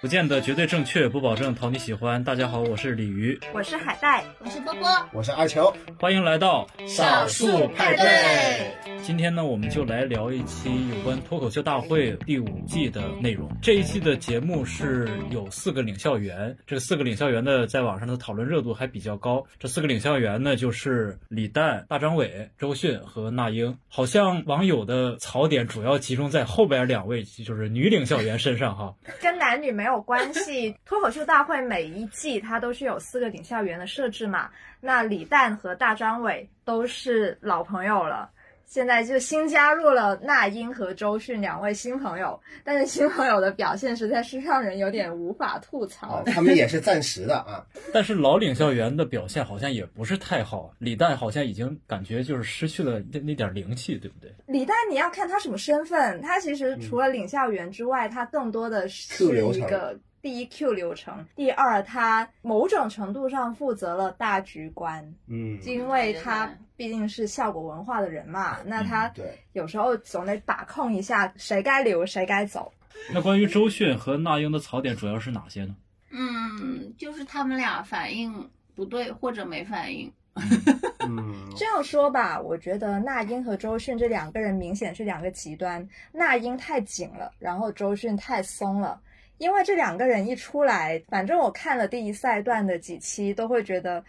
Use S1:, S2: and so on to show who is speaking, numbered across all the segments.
S1: 不见得绝对正确，不保证讨你喜欢。大家好，我是鲤鱼，
S2: 我是海带，
S3: 我是波波，
S4: 我是阿乔，
S1: 欢迎来到。
S3: 少数派对。
S1: 今天呢，我们就来聊一期有关脱口秀大会第五季的内容。这一期的节目是有四个领笑员，这四个领笑员的在网上的讨论热度还比较高。这四个领笑员呢，就是李诞、大张伟、周迅和那英。好像网友的槽点主要集中在后边两位，就是女领笑员身上哈。
S2: 跟男女没有关系。脱口秀大会每一季它都是有四个领笑员的设置嘛，那李诞和大张伟都是老朋友了。现在就新加入了那英和周迅两位新朋友，但是新朋友的表现实在是让人有点无法吐槽
S4: 啊，。他们也是暂时的啊，
S1: 但是老领校园的表现好像也不是太好，啊李诞好像已经感觉就是失去了那那点灵气，对不对？
S2: 李诞，你要看他什么身份，他其实除了领校员之外，他更多的
S4: 嗯 Q
S2: 是
S4: 流
S2: 一
S4: 程
S2: 个第一 Q 流程，第二他某种程度上负责了大局观，
S4: 嗯，
S2: 因为他毕竟是效果文化的人嘛，
S4: 嗯
S2: 那他
S4: 对，
S2: 有时候总得把控一下谁该留谁该走。
S1: 那关于周迅和那英的槽点主要是哪些呢？
S3: 嗯，就是他们俩反应不对或者没反应。
S4: 嗯，
S2: 这样说吧，我觉得那英和周迅这两个人明显是两个极端，那英太紧了，然后周迅太松了。因为这两个人一出来，反正我看了第一赛段的几期，都会觉得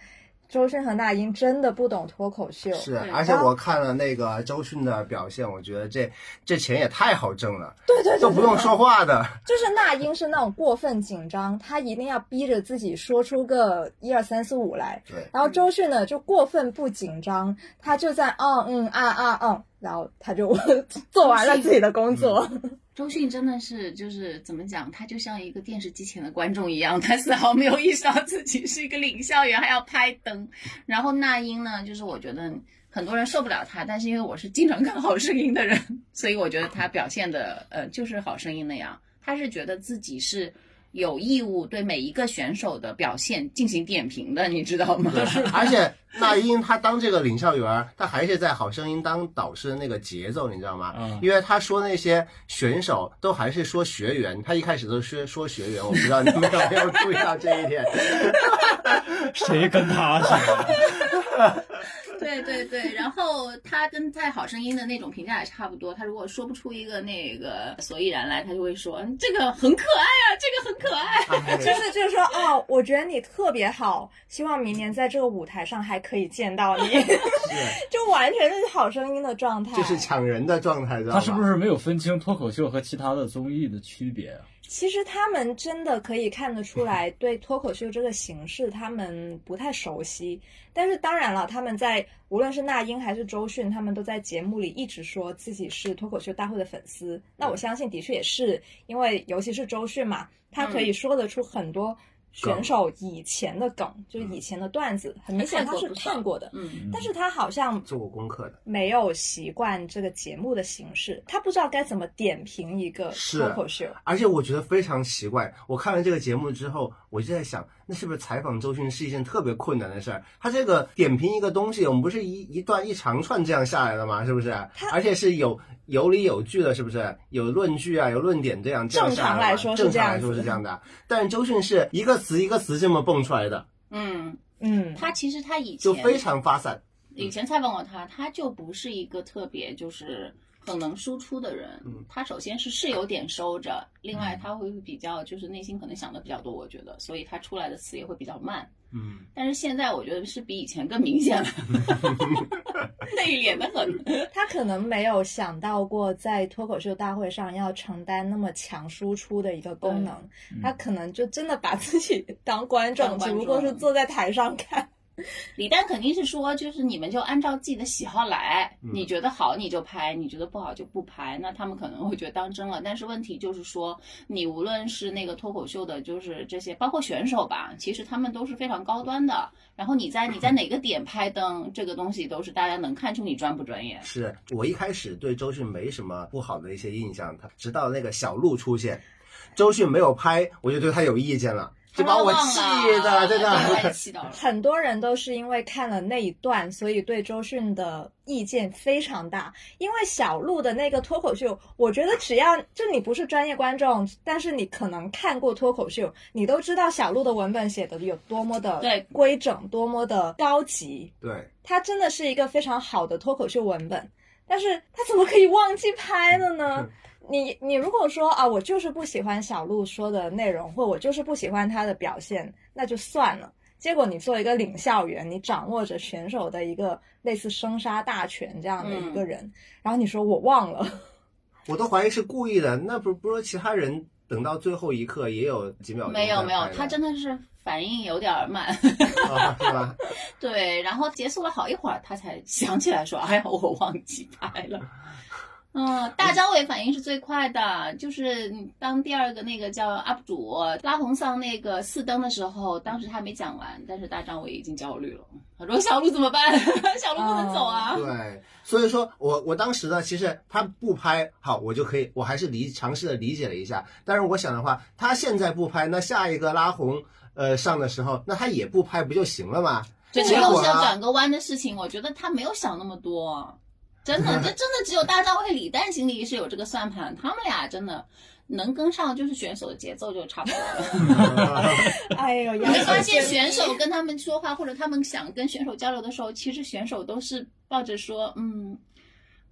S2: 周迅和那英真的不懂脱口秀。
S4: 是，
S3: 对
S4: 而且我看了那个周迅的表现，我觉得这这钱也太好挣了，
S2: 对对对，
S4: 都不用说话的，
S2: 就是那英是那种过分紧张，她一定要逼着自己说出个一二三四五来。
S4: 对
S2: 然后周迅呢就过分不紧张，她就在嗯嗯啊啊嗯，然后她就 做完了自己的工作。
S3: 周迅真的是就是怎么讲，他就像一个电视机前的观众一样，他丝毫没有意识到自己是一个领笑员，还要拍灯。然后那英呢，就是我觉得很多人受不了她，但是因为我是经常看《好声音》的人，所以我觉得她表现的呃就是《好声音》那样，她是觉得自己是。有义务对每一个选手的表现进行点评的，你知道吗？
S4: 而且那英她当这个领校员儿，她还是在《好声音》当导师的那个节奏，你知道吗？
S1: 嗯
S4: 因为她说那些选手都还是说学员，她一开始都是说学员，我不知道你们有没有注意到这一点。
S1: 谁跟他啊是？
S3: 对对对，然后他跟在《好声音》的那种评价也差不多。他如果说不出一个那个所以然来，他就会说嗯这个很可爱啊，这个很可爱。
S4: 哎
S2: 就是就是说，哦，我觉得你特别好，希望明年在这个舞台上还可以见到你，
S4: 是
S2: 就完全是好声音的状态。
S4: 就是抢人的状态，知道
S1: 他
S4: 吗？
S1: 是不是没有分清脱口秀和其他的综艺的区别啊？
S2: 其实他们真的可以看得出来，对脱口秀这个形式他们不太熟悉。但是当然了，他们在无论是那英还是周迅，他们都在节目里一直说自己是脱口秀大会的粉丝。那我相信的确也是，因为尤其是周迅嘛，他可以说得出很多选手以前的梗，就是以前的段子，很明显他是看过的。
S3: 嗯，
S2: 但是他好像
S4: 做过功课的？
S2: 没有习惯这个节目的形式，他不知道该怎么点评一个
S4: 是
S2: 脱口秀。
S4: 而且我觉得非常奇怪，我看了这个节目之后，我就在想，那是不是采访周迅是一件特别困难的事儿？他这个点评一个东西，我们不是一一段一长串这样下来的吗？是不是？而且是有有理有据的，是不是？有论据啊，有论点这样这样
S2: 正常
S4: 下来
S2: 来
S4: 的
S2: 说
S4: 嘛
S2: 是
S4: 正
S2: 这
S4: 常
S2: 样
S4: 来说
S2: 子
S4: 是这样的，但周迅是一个词一个词这么蹦出来的，
S3: 嗯，
S2: 嗯，
S3: 他其实他以前
S4: 就非常发散。
S3: 以前采访过他，他就不是一个特别就是很能输出的人
S4: 嗯。
S3: 他首先是是有点收着，另外他会比较就是内心可能想的比较多，我觉得，所以他出来的词也会比较慢。
S4: 嗯，
S3: 但是现在我觉得是比以前更 明显了， 内敛的很。
S2: 他可能没有想到过在脱口秀大会上要承担那么强输出的一个功能，他可能就真的把自己当观众，
S3: 嗯当观
S2: 只
S3: 众
S2: 不过是坐在台上看。
S3: 李诞肯定是说，就是你们就按照自己的喜好来，
S4: 嗯
S3: 你觉得好你就拍，你觉得不好就不拍。那他们可能会觉得当真了，但是问题就是说，你无论是那个脱口秀的，就是这些，包括选手吧，其实他们都是非常高端的。然后你在你在哪个点拍灯，这个东西都是大家能看出你专不专业。
S4: 是我一开始对周迅没什么不好的一些印象，他直到那个小鹿出现，周迅没有拍，我就对他有意见了。就把我气的在 那
S3: 太
S4: 儿。
S3: 气到了。
S2: 很多人都是因为看了那一段，所以对周迅的意见非常大。因为小鹿的那个脱口秀，我觉得只要就你不是专业观众，但是你可能看过脱口秀，你都知道小鹿的文本写的有多么的
S3: 对
S2: 规整，多么的高级。
S4: 对，
S2: 它真的是一个非常好的脱口秀文本，但是他怎么可以忘记拍了
S4: 嗯
S2: 呢？嗯你你如果说啊，我就是不喜欢小鹿说的内容，或我就是不喜欢他的表现，那就算了。结果你做一个领校员，你掌握着选手的一个类似生杀大权这样的一
S3: 嗯
S2: 个人，然后你说我忘了，
S4: 我都怀疑是故意的。那不不是其他人等到最后一刻也有几秒钟
S3: 没有没有
S4: 才拍，的
S3: 他真的是反应有点儿慢，
S4: 啊是吧？
S3: 对，然后结束了好一会儿，他才想起来说：“哎呀，我忘记拍了。”嗯，大张伟反应是最快的，就是你当第二个那个叫 UP 主拉红上那个四灯的时候，当时他没讲完，但是大张伟已经焦虑了，他说：“小鹿怎么办？ 小鹿不能走啊！”
S4: 对，所以说我我当时呢，其实他不拍好，我就可以，我还是理尝试的理解了一下。但是我想的话，他现在不拍，那下一个拉红呃上的时候，那他也不拍不就行了 吗？
S3: 这
S4: 结
S3: 个
S4: 果
S3: 路上
S4: 啊，
S3: 转个弯的事情，我觉得他没有想那么多，真的，这真的只有大张伟、李诞心里是有这个算盘，他们俩真的能跟上就是选手的节奏就差不多了。
S2: 哎呦，
S3: 你会发现选手跟他们说话，或者他们想跟选手交流的时候，其实选手都是抱着说，嗯。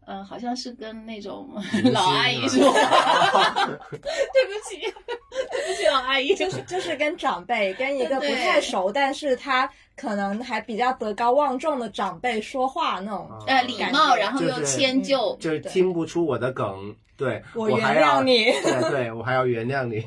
S3: 呃，好像是跟那种
S4: 星
S3: 老阿姨
S4: 啊
S3: 说话， 对不起，对不起，老阿姨，
S2: 就是就是跟长辈，跟一个不
S3: 对
S2: 太熟，但是他可能还比较德高望重的长辈说话那种
S4: 啊，
S3: 呃礼貌，然后
S4: 就
S3: 又
S4: 是
S3: 迁就，
S4: 就是嗯
S2: 对
S4: 听不出我的梗，对
S2: 嗯我
S4: 还
S2: 原
S4: 要
S2: 谅你
S4: 对对，我还要原谅 你。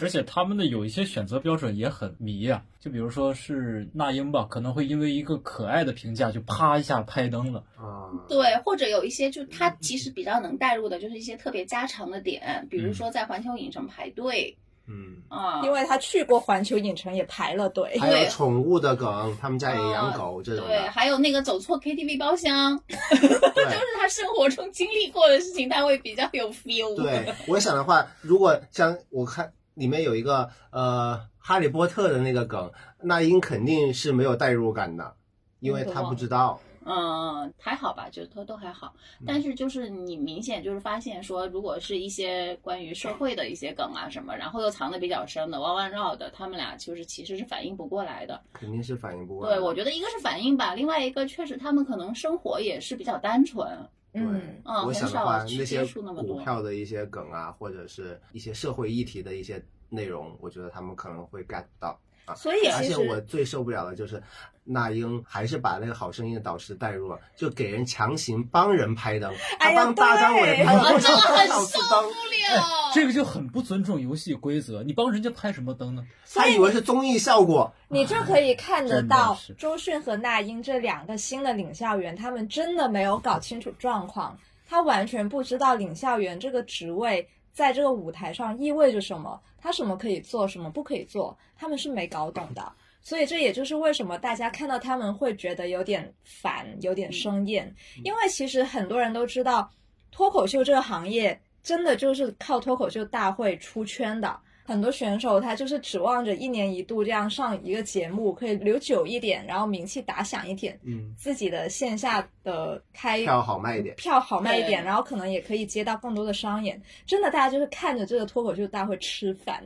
S1: 而且他们的有一些选择标准也很迷啊，就比如说是那英吧，可能会因为一个可爱的评价就啪一下拍灯了。
S4: 啊，
S3: 对，或者有一些就他其实比较能带入的，就是一些特别家常的点，比如说在环球影城排队
S4: 嗯，
S3: 啊，
S2: 因为他去过环球影城也排了队。
S4: 还有宠物的梗，他们家也养
S3: 啊
S4: 狗这种
S3: 对，
S4: 的，
S3: 还有那个走错 KTV 包厢，
S4: 对
S3: 就是他生活中经历过的事情，他会比较有 feel。
S4: 对，我想的话，如果像我看里面有一个呃哈利波特的那个梗，那英肯定是没有代入感的，因为他不知道。
S3: 嗯，还好吧，就都都还好。
S4: 嗯
S3: 但是就是你明显就是发现说，如果是一些关于社会的一些梗啊什么，然后又藏的比较深的、弯弯绕的，他们俩就是其实是反应不过来的。
S4: 肯定是反应不过来。
S3: 对，我觉得一个是反应吧，另外一个确实他们可能生活也是比较单纯。
S4: 对
S2: 嗯，
S3: 嗯
S4: 我
S3: 很
S4: 想的
S3: 少
S4: 话，
S3: 去
S4: 那些
S3: 接触那么
S4: 股
S3: 多
S4: 票的一些梗啊，或者是一些社会议题的一些内容，我觉得他们可能会 get 到。
S2: 所以
S4: 而
S2: 其
S4: 且我
S2: 实
S4: 最受不了的就是那英还是把那个《好声音》的导师带入了，就给人强行帮人拍灯，
S2: 哎
S4: 他
S2: 呀
S4: 帮大张伟
S2: 对
S4: 拍
S3: 啊，
S4: 灯，
S3: 真的
S4: 他
S3: 很
S4: 导
S3: 受
S4: 师
S3: 不
S4: 灯。
S3: 了。
S1: 这个就很不尊重游戏规则，你帮人家拍什么灯呢？
S4: 他以为是综艺效果，
S2: 你就可以看得
S1: 真的
S2: 到
S1: 是
S2: 周迅和那英这两个新的领校员，他们真的没有搞清楚状况，他完全不知道领校员这个职位在这个舞台上意味着什么，他什么可以做，什么不可以做，他们是没搞懂的。所以这也就是为什么大家看到他们会觉得有点烦，有
S1: 嗯
S2: 点生厌，因为其实很多人都知道，脱口秀这个行业真的就是靠脱口秀大会出圈的。很多选手他就是指望着一年一度这样上一个节目，可以留久一点，然后名气打响一点，
S4: 嗯，
S2: 自己的线下的开
S4: 票好卖一点。
S2: 票好卖一点，
S3: 对
S2: 然后可能也可以接到更多的商演。真的，大家就是看着这个脱口秀大会吃饭，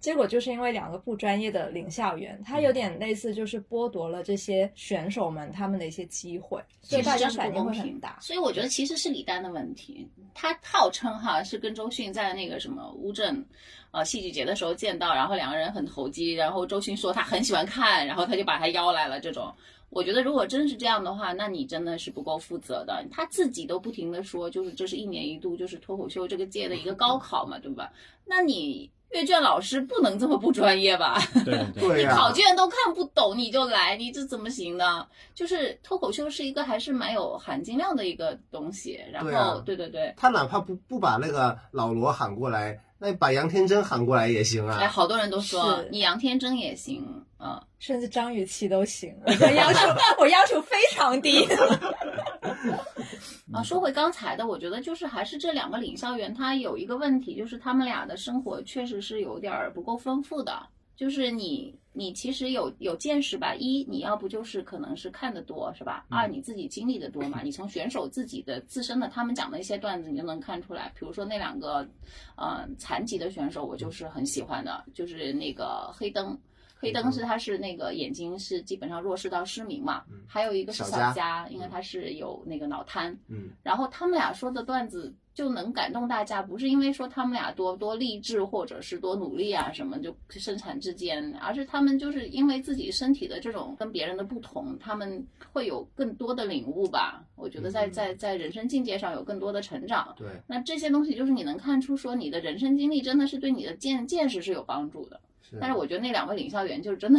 S2: 结果就是因为两个不专业的领校员，他
S4: 嗯
S2: 有点类似就是剥夺了这些选手们他们的一些机会，所以大家反应会很大。
S3: 所以我觉得其实是李诞的问题，他号称哈是跟周迅在那个什么乌镇，呃戏剧节的时候见到，然后两个人很投机，然后周迅说他很喜欢看，然后他就把他邀来了这种。我觉得如果真是这样的话，那你真的是不够负责的。他自己都不停的说，就是这是一年一度就是脱口秀这个界的一个高考嘛，对吧？那你阅卷老师不能这么不专业吧？
S1: 对对，
S4: 对啊
S3: 你
S4: 呀、
S3: 考卷都看不懂你就来，你这怎么行呢？就是脱口秀是一个还是蛮有含金量的一个东西，然后
S4: 对啊
S3: 对对对，
S4: 他哪怕不不把那个老罗喊过来，那把杨天真喊过来也行
S3: 哎，
S4: 啊。
S3: 好多人都说
S2: 是
S3: 你杨天真也行啊、
S2: 甚至张雨绮都 行，我的要求我要求非常低。
S1: 嗯
S3: 啊。说回刚才的，我觉得就是还是这两个领校员他有一个问题，就是他们俩的生活确实是有点儿不够丰富的。就是你你其实有有见识吧，一你要不就是可能是看得多是吧？
S1: 嗯
S3: 二你自己经历的多嘛，你从选手自己的自身的他们讲的一些段子，你就能看出来。比如说那两个，呃，残疾的选手，我就是很喜欢的，就是那个黑灯。黑灯是他是那个眼睛是基本上弱视到失明嘛，
S4: 嗯
S3: 还有一个
S4: 小
S3: 是小
S4: 佳
S3: 因为他是有那个脑瘫，
S4: 嗯，
S3: 然后他们俩说的段子就能感动大家，不是因为说他们俩多多励志或者是多努力啊什么就生产之间，而是他们就是因为自己身体的这种跟别人的不同，他们会有更多的领悟吧。我觉得在
S4: 嗯
S3: 在在人生境界上有更多的成长。
S4: 对，
S3: 那这些东西就是你能看出说你的人生经历真的是对你的见见识是有帮助的。
S4: 是。
S3: 但是我觉得那两位领笑员就是真的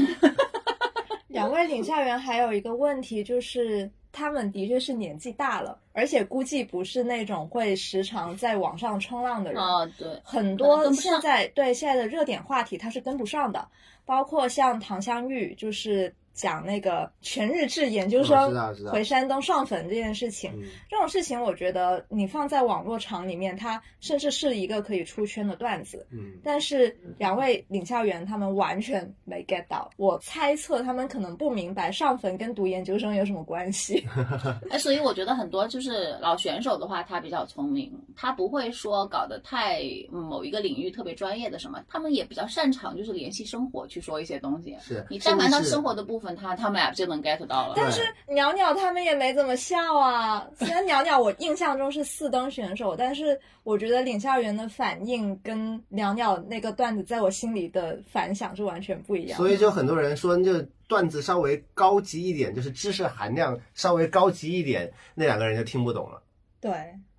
S2: 两位领校园还有一个问题就是，他们的确是年纪大了，而且估计不是那种会时常在网上冲浪 的人。
S3: 啊、对，
S2: 很
S3: 可能
S2: 多
S3: 跟不上
S2: 现在对现在的热点话题，它是跟不上的，包括像唐香玉，就是讲那个全日制研究
S4: 我
S2: 生
S4: 哦知道知道
S2: 回山东上坟这件事情，
S4: 嗯
S2: 这种事情我觉得你放在网络场里面，它甚至是一个可以出圈的段子，
S4: 嗯，
S2: 但是两位领校员他们完全没 get 到，我猜测他们可能不明白上坟跟读研究生有什么关 系。
S3: 哎，所以我觉得很多就是老选手的话，他比较聪明，他不会说搞得太嗯某一个领域特别专业的什么，他们也比较擅长就是联系生活去说一些东西。
S4: 是。
S3: 你但凡他
S4: 甚至是
S3: 生活的部分，他他们俩就能 get 到了。
S2: 但是鸟鸟他们也没怎么笑啊。虽然鸟鸟我印象中是四灯选手，但是我觉得领校员的反应跟鸟鸟那个段子在我心里的反响是完全不一样的。
S4: 所以就很多人说，就段子稍微高级一点，就是知识含量稍微高级一点，那两个人就听不懂了。
S2: 对，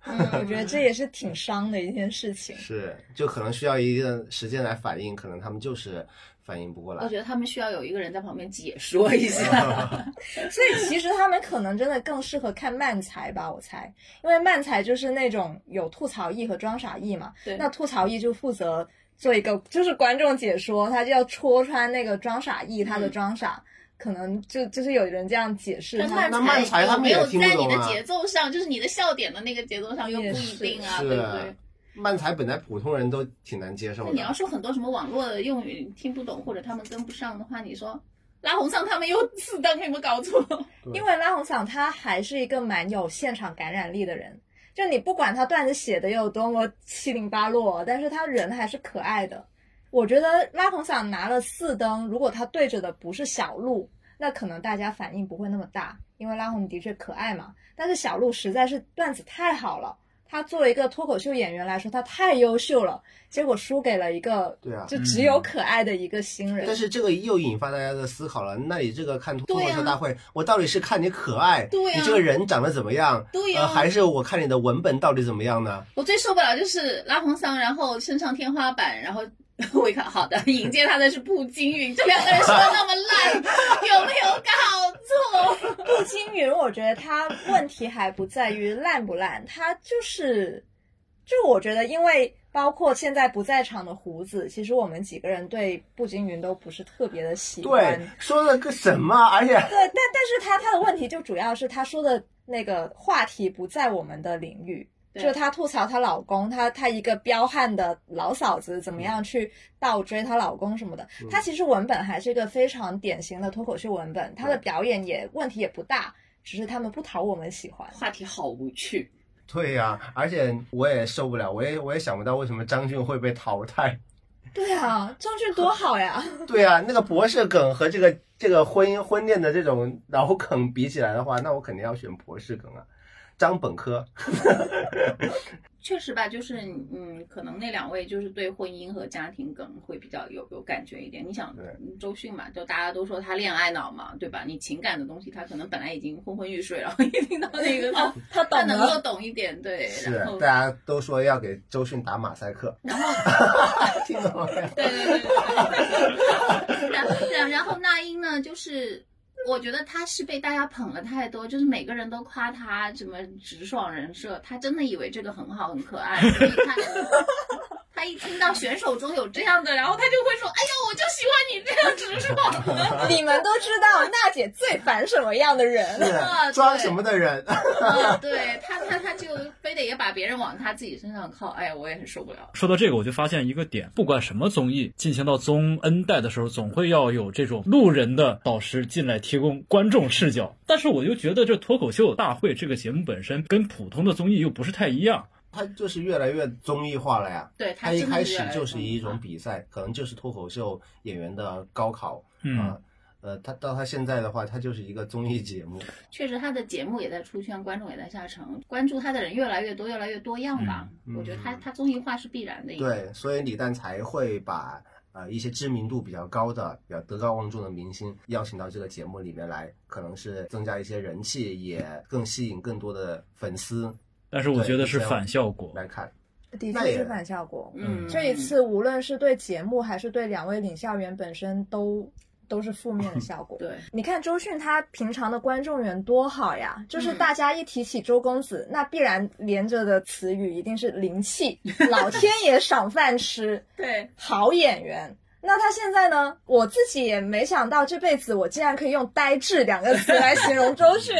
S3: 嗯
S2: 我觉得这也是挺伤的一件事 情。
S4: 是，就可能需要一定时间来反应，可能他们就是反应不过
S3: 我
S4: 来。
S3: 觉得他们需要有一个人在旁边解说一 下。
S2: 所以其实他们可能真的更适合看漫才吧，我猜，因为漫才就是那种有吐槽艺和装傻艺嘛。
S3: 对，
S2: 那吐槽艺就负责做一个，就是观众解说，他就要戳穿那个装傻艺他的
S3: 嗯
S2: 装傻，可能就就是有人这样解释
S3: 但
S2: 他。
S4: 那慢才他
S3: 有
S4: 们
S3: 没
S4: 也
S3: 有
S4: 听
S3: 在
S4: 不
S3: 你
S4: 懂
S3: 的
S4: 啊
S3: 节奏上，就是你的笑点的那个节奏上又不
S2: 也
S3: 一
S2: 是
S3: 定啊，
S4: 是
S3: 对不对？
S4: 漫才本来普通人都挺难接受
S3: 那
S4: 的。
S3: 你要说很多什么网络的用语你听不懂或者他们跟不上的话，你说拉红上他们又四灯，有没有搞错？
S4: 对
S2: 因为拉红嗓他还是一个蛮有现场感染力的人，就你不管他段子写的有多么七零八落，但是他人还是可爱的。我觉得拉红嗓拿了四灯，如果他对着的不是小鹿，那可能大家反应不会那么大，因为拉红的确可爱嘛。但是小鹿实在是段子太好了，他作为一个脱口秀演员来说，他太优秀了，结果输给了一个
S4: 对啊
S2: 就只有可爱的一个新人。
S4: 但是这个又引发大家的思考了。那你这个看脱口
S3: 对
S4: 秀
S3: 啊
S4: 大会，我到底是看你可爱，
S3: 对啊
S4: 你这个人长得怎么样，
S3: 对啊呀、
S4: 呃，还是我看你的文本到底怎么样呢？
S3: 我最受不了就是拉红桑，然后升上天花板，然后 我一看，好的，迎接他的是步惊云，这两个人说的那么烂，有没有搞错？
S2: 步惊云，我觉得他问题还不在于烂不烂，他就是，就我觉得，因为包括现在不在场的胡子，其实我们几个人对步惊云都不是特别的喜欢。
S4: 对，说了个什么？而且
S2: 对，但但是他他的问题就主要是他说的那个话题不在我们的领域，
S3: 对
S2: 就是她吐槽她老公，她她一个彪悍的老嫂子怎么样去倒追她老公什么的。她其实文本还是一个非常典型的脱口秀文本，她的表演也问题也不大，只是他们不讨我们喜 欢。
S3: 话题好无趣，
S4: 对呀、而且我也受不了，我也我也想不到为什么张俊会被淘汰。
S2: 对啊，张俊多好呀！
S4: 对呀、那个博士梗和这个这个婚姻婚恋的这种老梗比起来的话，那我肯定要选博士梗啊。张本科，
S3: 确实吧，就是嗯，可能那两位就是对婚姻和家庭梗会比较有有感觉一点。你想
S4: 对，
S3: 嗯周迅嘛，就大家都说他恋爱脑嘛，对吧？你情感的东西，他可能本来已经昏昏欲睡了，一听到那个他
S2: 他
S3: 他
S2: 懂
S3: 能
S2: 了
S3: 够，懂一点，对，
S4: 哦是
S3: 然后
S4: 大家都说要给周迅打马赛克，
S3: 然后。
S4: 听懂了 没有？
S3: 对对对对对。然后然然后那英呢，就是我觉得她是被大家捧了太多，就是每个人都夸她什么直爽人设，她真的以为这个很好很可爱，所以她。她一听到选手中有这样的，然后她就会说：“哎呦，我就喜欢你这样直爽。
S2: 你们都知道娜姐 最烦什么样的人。
S4: 是装什么的人？
S3: 啊”对她，她她就非非得也把别人往他自己身上靠，哎呀，我也很受不了。
S1: 说到这个，我就发现一个点，不管什么综艺进行到综 N 代的时候，总会要有这种路人的导师进来提供观众视角。但是我就觉得这脱口秀大会这个节目本身跟普通的综艺又不是太一样。
S4: 它就是越来越综艺化了呀。
S3: 对，
S4: 它
S3: 他
S4: 一
S3: 真的
S4: 开
S3: 是
S4: 始
S3: 越来越
S4: 就是
S3: 疯
S4: 一种
S3: 狂
S4: 比赛，可能就是脱口秀演员的高考
S1: 嗯
S4: 啊。呃，他到他现在的话，他就是一个综艺节目。
S3: 确实，他的节目也在出圈，观众也在下沉，关注他的人越来越多，越来越多样吧。
S4: 嗯嗯
S3: 我觉得他他综艺化是必然的。，
S4: 对，所以李诞才会把呃一些知名度比较高的、比较德高望重的明星邀请到这个节目里面来，可能是增加一些人气，也更吸引更多的粉丝
S1: 但是我觉得是
S4: 对
S1: 反效果。
S4: 来看。
S2: 的
S4: 那
S2: 确
S4: 也
S2: 是反效果。
S3: 嗯，
S2: 这一次无论是对节目还是对两位领笑员本身都，都是负面的效果。
S3: 对，
S2: 你看周迅，她平常的观众缘多好呀，就是
S3: 嗯
S2: 大家一提起周公子，那必然连着的词语一定是灵 气，老天爷赏饭吃，
S3: 对，
S2: 好演员。那他现在呢？我自己也没想到，这辈子我竟然可以用“呆滞”两个词来形容周迅。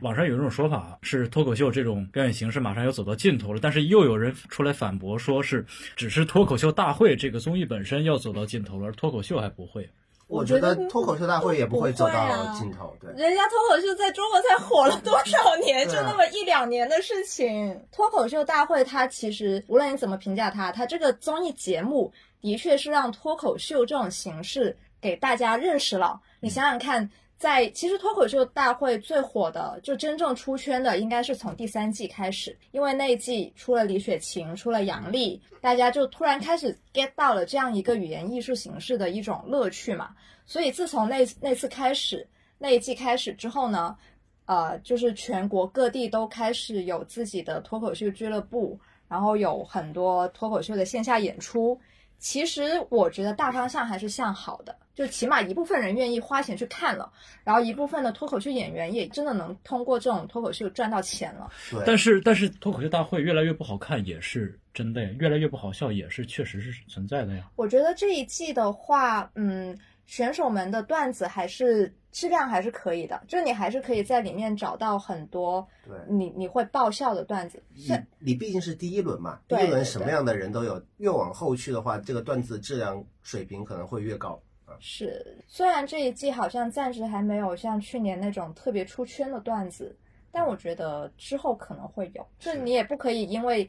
S1: 网上有一种说法是脱口秀这种表演形式马上要走到尽头了，但是又有人出来反驳，说是只是脱口秀大会这个综艺本身要走到尽头了，而脱口秀还不会。
S4: 我
S2: 觉
S4: 觉
S2: 得嗯
S4: 得脱口秀大会也不 会走
S2: 不会啊
S4: 到尽头，对。
S2: 人家脱口秀在中国才火了多 少年，就
S4: 对啊
S2: 那么一两年的事情。脱口秀大会，它其实无论你怎么评价它，它这个综艺节目的确是让脱口秀这种形式给大家认识了。
S4: 嗯
S2: 你想想看，在其实脱口秀大会最火的，就真正出圈的，应该是从第三季开始，因为那一季出了李雪琴，出了杨笠，大家就突然开始 get 到了这样一个语言艺术形式的一种乐趣嘛。所以自从那那次开始，那一季开始之后呢，呃，就是全国各地都开始有自己的脱口秀俱乐部，然后有很多脱口秀的线下演出。其实我觉得大方向还是向好的，就起码一部分人愿意花钱去看了，然后一部分的脱口秀演员也真的能通过这种脱口秀赚到钱了。
S4: 对
S1: 但是但是脱口秀大会越来越不好看也是真的呀，越来越不好笑也是确实是存在的呀。
S2: 我觉得这一季的话，嗯，选手们的段子还是质量还是可以的，就你还是可以在里面找到很多
S4: 对
S2: 你你会爆笑的段子。
S4: 你你毕竟是第一轮嘛，第
S2: 对
S4: 一轮
S2: 对
S4: 什么
S2: 对
S4: 样的人都有，越往后去的话，这个段子质量水平可能会越高。
S2: 是，虽然这一季好像暂时还没有像去年那种特别出圈的段子，
S4: 嗯
S2: 但我觉得之后可能会有。就是你也不可以因为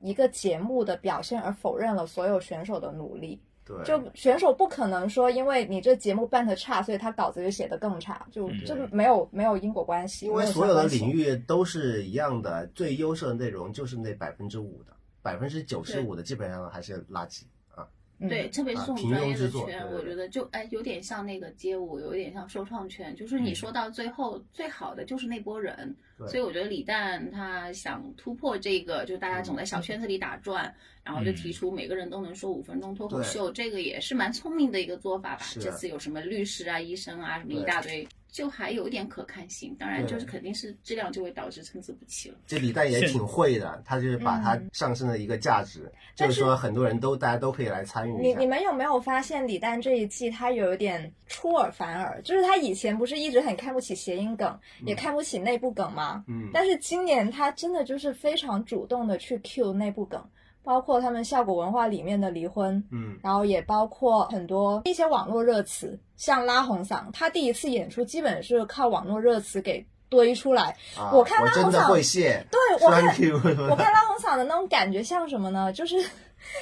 S2: 一个节目的表现而否认了所有选手的努力。
S4: 对，
S2: 就选手不可能说，因为你这节目办的差，所以他稿子就写的更差，就
S1: 嗯
S2: 这
S4: 对
S2: 没有没有因果关系。
S4: 因为
S2: 没
S4: 所有的领
S2: 相关性，
S4: 域都是一样的，最优秀的内容就是那百分之五的，百分之九十五的基本上还是垃圾啊。
S2: 嗯
S3: 对，，特别是
S4: 啊
S3: 这种
S4: 平
S3: 专
S4: 庸
S3: 业
S4: 之
S3: 的
S4: 作
S3: 圈，
S4: 对
S3: 我
S4: 对
S3: 觉得就哎，有点像那个街舞，有点像说唱圈，就是你
S1: 嗯
S3: 说到最后，最好的就是那波人。
S4: 对
S3: 所以我觉得李诞他想突破这个，就是大家
S4: 嗯
S3: 总在小圈子里打转，然后就提出每个人都能说五分钟脱口
S4: 对
S3: 秀，这个也是蛮聪明的一个做法吧。
S4: 是
S3: 这次有什么律师啊、医生啊，什么一
S4: 对
S3: 大堆。就还有一点可看性，当然就是
S4: 对
S3: 肯定是质量就会导致参差不齐了。
S4: 这李诞也
S1: 现
S4: 挺会的，他就是把它上升的一个价值，就
S2: 嗯但
S4: 是
S2: 是
S4: 说很多人都大家都可以来参与
S2: 你
S4: 一下嗯
S2: 你。们有没有发现李诞这一季他有一点出尔反尔？就是他以前不是一直很看不起谐音梗，也看不起内部梗吗？
S4: 嗯，
S2: 但是今年他真的就是非常主动的去 cue 内部梗，包括他们效果文化里面的离婚，
S4: 嗯，
S2: 然后也包括很多一些网络热词，像拉红嗓，他第一次演出基本是靠网络热词给堆出来。
S4: 啊
S2: 我看
S4: 我
S2: 拉
S4: 真
S2: 红
S4: 的
S2: 嗓
S4: 会谢，
S2: 对我看
S4: 栓 Q，
S2: 我看拉红嗓的那种感觉像什么呢？就是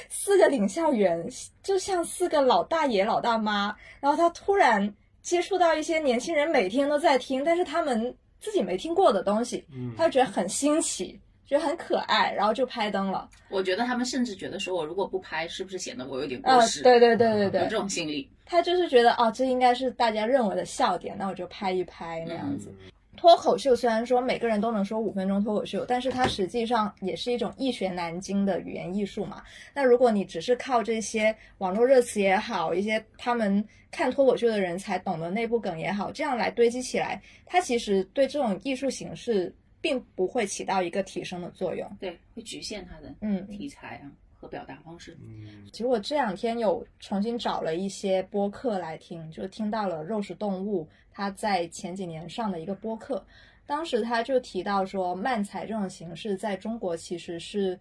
S2: 四个领笑员，就像四个老大爷老大妈，然后他突然接触到一些年轻人每天都在听，但是他们自己没听过的东西，
S4: 嗯
S2: 他就觉得很新奇，觉得很可爱，然后就拍灯了。
S3: 我觉得他们甚至觉得说，我如果不拍，是不是显得我有点过
S2: 呃，
S3: 时？
S2: 对对对对
S3: 有
S2: 对
S3: 这，种心理。
S2: 他就是觉得哦，这应该是大家认为的笑点，那我就拍一拍那样子。
S4: 嗯
S2: 脱口秀虽然说每个人都能说五分钟脱口秀，但是它实际上也是一种易学难精的语言艺术嘛。那如果你只是靠这些网络热词也好，一些他们看脱口秀的人才懂得内部梗也好，这样来堆积起来，它其实对这种艺术形式并不会起到一个提升的作用。
S3: 对，会局限他的
S2: 嗯
S3: 题材啊和表达方式。
S4: 嗯
S2: 其实我这两天有重新找了一些播客来听，就听到了肉食动物他在前几年上的一个播客，当时他就提到说，漫才这种形式在中国其实是，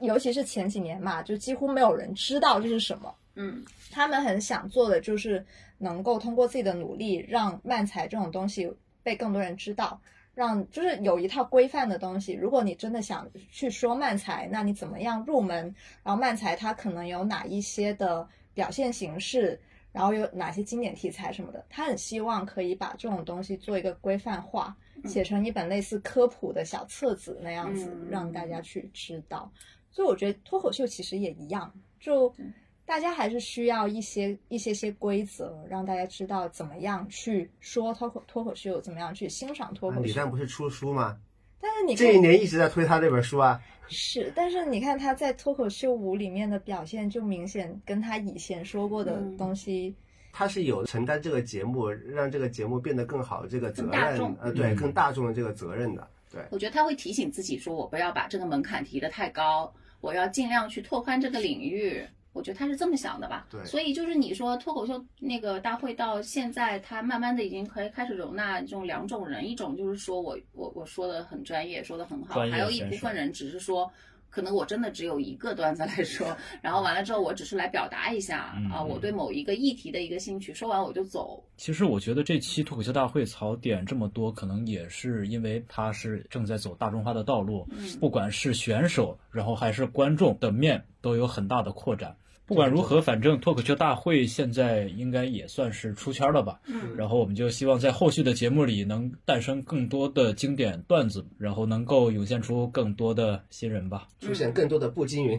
S2: 尤其是前几年嘛，就几乎没有人知道这是什么。
S3: 嗯，
S2: 他们很想做的就是能够通过自己的努力，让漫才这种东西被更多人知道，让就是有一套规范的东西。如果你真的想去说漫才，那你怎么样入门？然后漫才它可能有哪一些的表现形式？然后有哪些经典题材什么的，他很希望可以把这种东西做一个规范化，
S3: 嗯
S2: 写成一本类似科普的小册子那样子，
S3: 嗯
S2: 让大家去知道。所以我觉得脱口秀其实也一样，就
S3: 对
S2: 大家还是需要一些一些些规则，让大家知道怎么样去说脱口脱口秀，怎么样去欣赏脱
S4: 啊
S2: 口
S4: 李
S2: 秀。
S4: 诞不是出书吗？
S2: 但是你看
S4: 这一年一直在推他这本书啊，
S2: 是，但是你看他在脱口秀舞里面的表现，就明显跟他以前说过的
S3: 嗯
S2: 东 西。
S4: 他是有承担这个节目，让这个节目变得更好这个责
S3: 更大
S4: 任
S3: 众，
S4: 呃，对，
S1: 嗯
S4: 更大众的这个责任的，对。
S3: 我觉得他会提醒自己说，我不要把这个门槛提得太高，我要尽量去拓宽这个领域。我觉得他是这么想的吧。
S4: 对
S3: 所以就是你说脱口秀那个大会到现在，他慢慢的已经可以开始容纳这种两种人，一种就是说我我我说的很专业，说的很好，
S1: 专业
S3: 还有一
S1: 选
S3: 部
S1: 手
S3: 分人只是说。可能我真的只有一个段子来说，然后完了之后，我只是来表达一下
S1: 嗯
S3: 啊，我对某一个议题的一个兴趣，说完我就走。
S1: 其实我觉得这期脱口秀大会槽点这么多，可能也是因为它是正在走大众化的道路，
S3: 嗯
S1: 不管是选手，然后还是观众的面都有很大的扩展。不管如何，反正脱口秀大会现在应该也算是出圈了吧。
S3: 嗯
S1: 然后我们就希望在后续的节目里能诞生更多的经典段子，然后能够涌现出更多的新人吧。
S4: 出现更多的步惊云，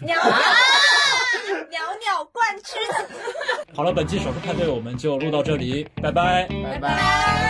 S2: 鸟鸟 鸟鸟冠军。
S1: 好了，本期首次派对我们就录到这里，拜拜。
S4: 拜拜。